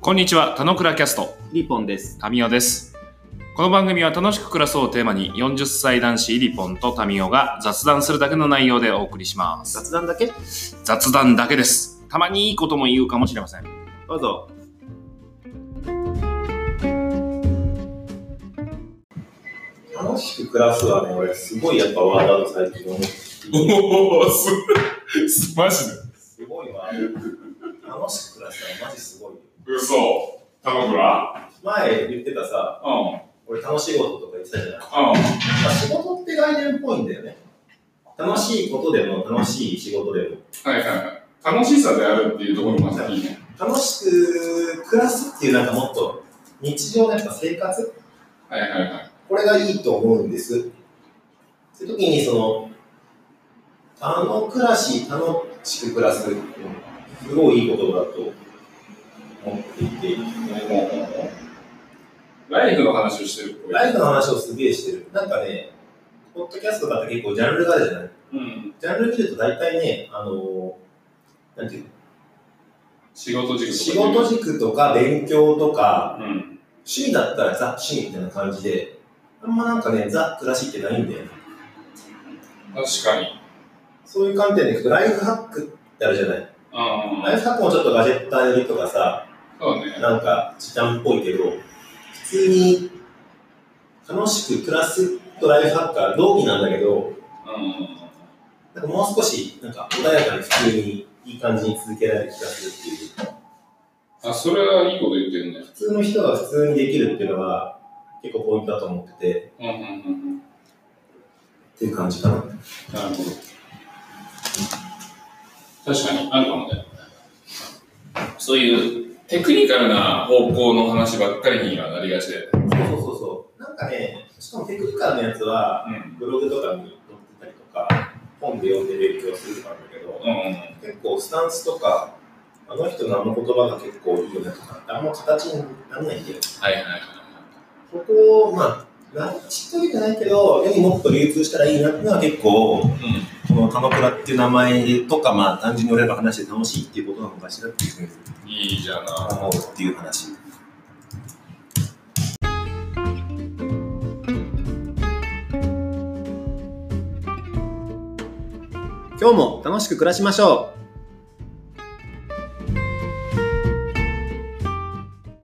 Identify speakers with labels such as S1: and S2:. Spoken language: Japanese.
S1: こんにちは、田野倉キャスト、
S2: リポンです。
S1: タミオです。この番組は楽しく暮らそうをテーマに、40歳男子リポンとタミオが雑談するだけの内容でお送りします。
S2: 雑談だけど
S1: 雑談だけです。たまにいいことも言うかもしれません。
S2: うぞ。
S3: 楽しく暮らすはね、俺、すごいやっぱワードだと最近思う。
S1: おお、す、マジです
S3: ごいワード。楽しく暮らすはマジすごいよ。
S1: 嘘。田野倉
S3: 前言ってたさ、
S1: うん。
S3: 俺楽しいこととか言ってたじゃない。ま
S1: う
S3: あ、仕事って概念っぽいんだよね。楽しいことでも、楽しい仕事でも。
S1: ん。はいはいはい。楽しさであるっていうところもまずいいね。
S3: 楽しく暮らすっていうなんかもっと、日常のやっぱ生活
S1: はいはいはい。
S3: これがいいと思うんです。って時に、その、あの暮らし、楽しく暮らすっていうのはすごいいい言葉だと思っていて、
S1: ライフの話をしてるっぽい。
S3: ライフの話をすげえしてる。なんかね、ポッドキャストだって結構ジャンルがあるじゃない
S1: うん。
S3: ジャンル見ると大体ね、あのーなんていうの
S1: 仕事軸とか。
S3: 仕事軸とか勉強とか、
S1: うん。
S3: 趣味だったらザ趣味みたいな感じで、あんまなんかね、ザ暮らしってないんだよね。
S1: 確かに。
S3: そういう観点でいくと、ライフハックってあるじゃない
S1: うん。
S3: ライフハックもちょっとガジェッター寄りとかさ、
S1: そうね。
S3: なんか時短っぽいけど、普通に楽しく暮らすとライフハックは同義なんだけど、
S1: う
S3: なんかもう少し、なんか穏やかに普通にいい感じに続けられる気がするっていう。
S1: ん。あ、それはいいこと言ってるね
S3: 普。通の人が普通にできるっていうのは結構ポイントだと思ってて、
S1: うんうんうん
S3: っていう感じかな。
S1: うん。なるほど。確かに、あるかもね。そういうテクニカルな方向の話ばっかりにはなりがちで。
S3: そうそうそうそう。なんかね、しかもテクニカルのやつは
S1: うん。
S3: ブログとかに載ってたりとか、本で読んで勉強するとかなんだけど、
S1: うん。
S3: 結構スタンスとか、あの人のあの言葉が結構いいよねとかってあんま形にならないんだよ。
S1: はいはいはい。
S3: そこを、まあ、なんちっといじゃないけど、世にもっと流通したらいいなっていうのは結構、
S1: う
S3: この鎌倉っていう名前とか、まあ、単純に俺らの話で楽しいっていうことなのかしらっていうふうに
S1: ん。いいじゃな。
S3: 思うっていう話。
S2: 今日も楽しく暮らしましょう。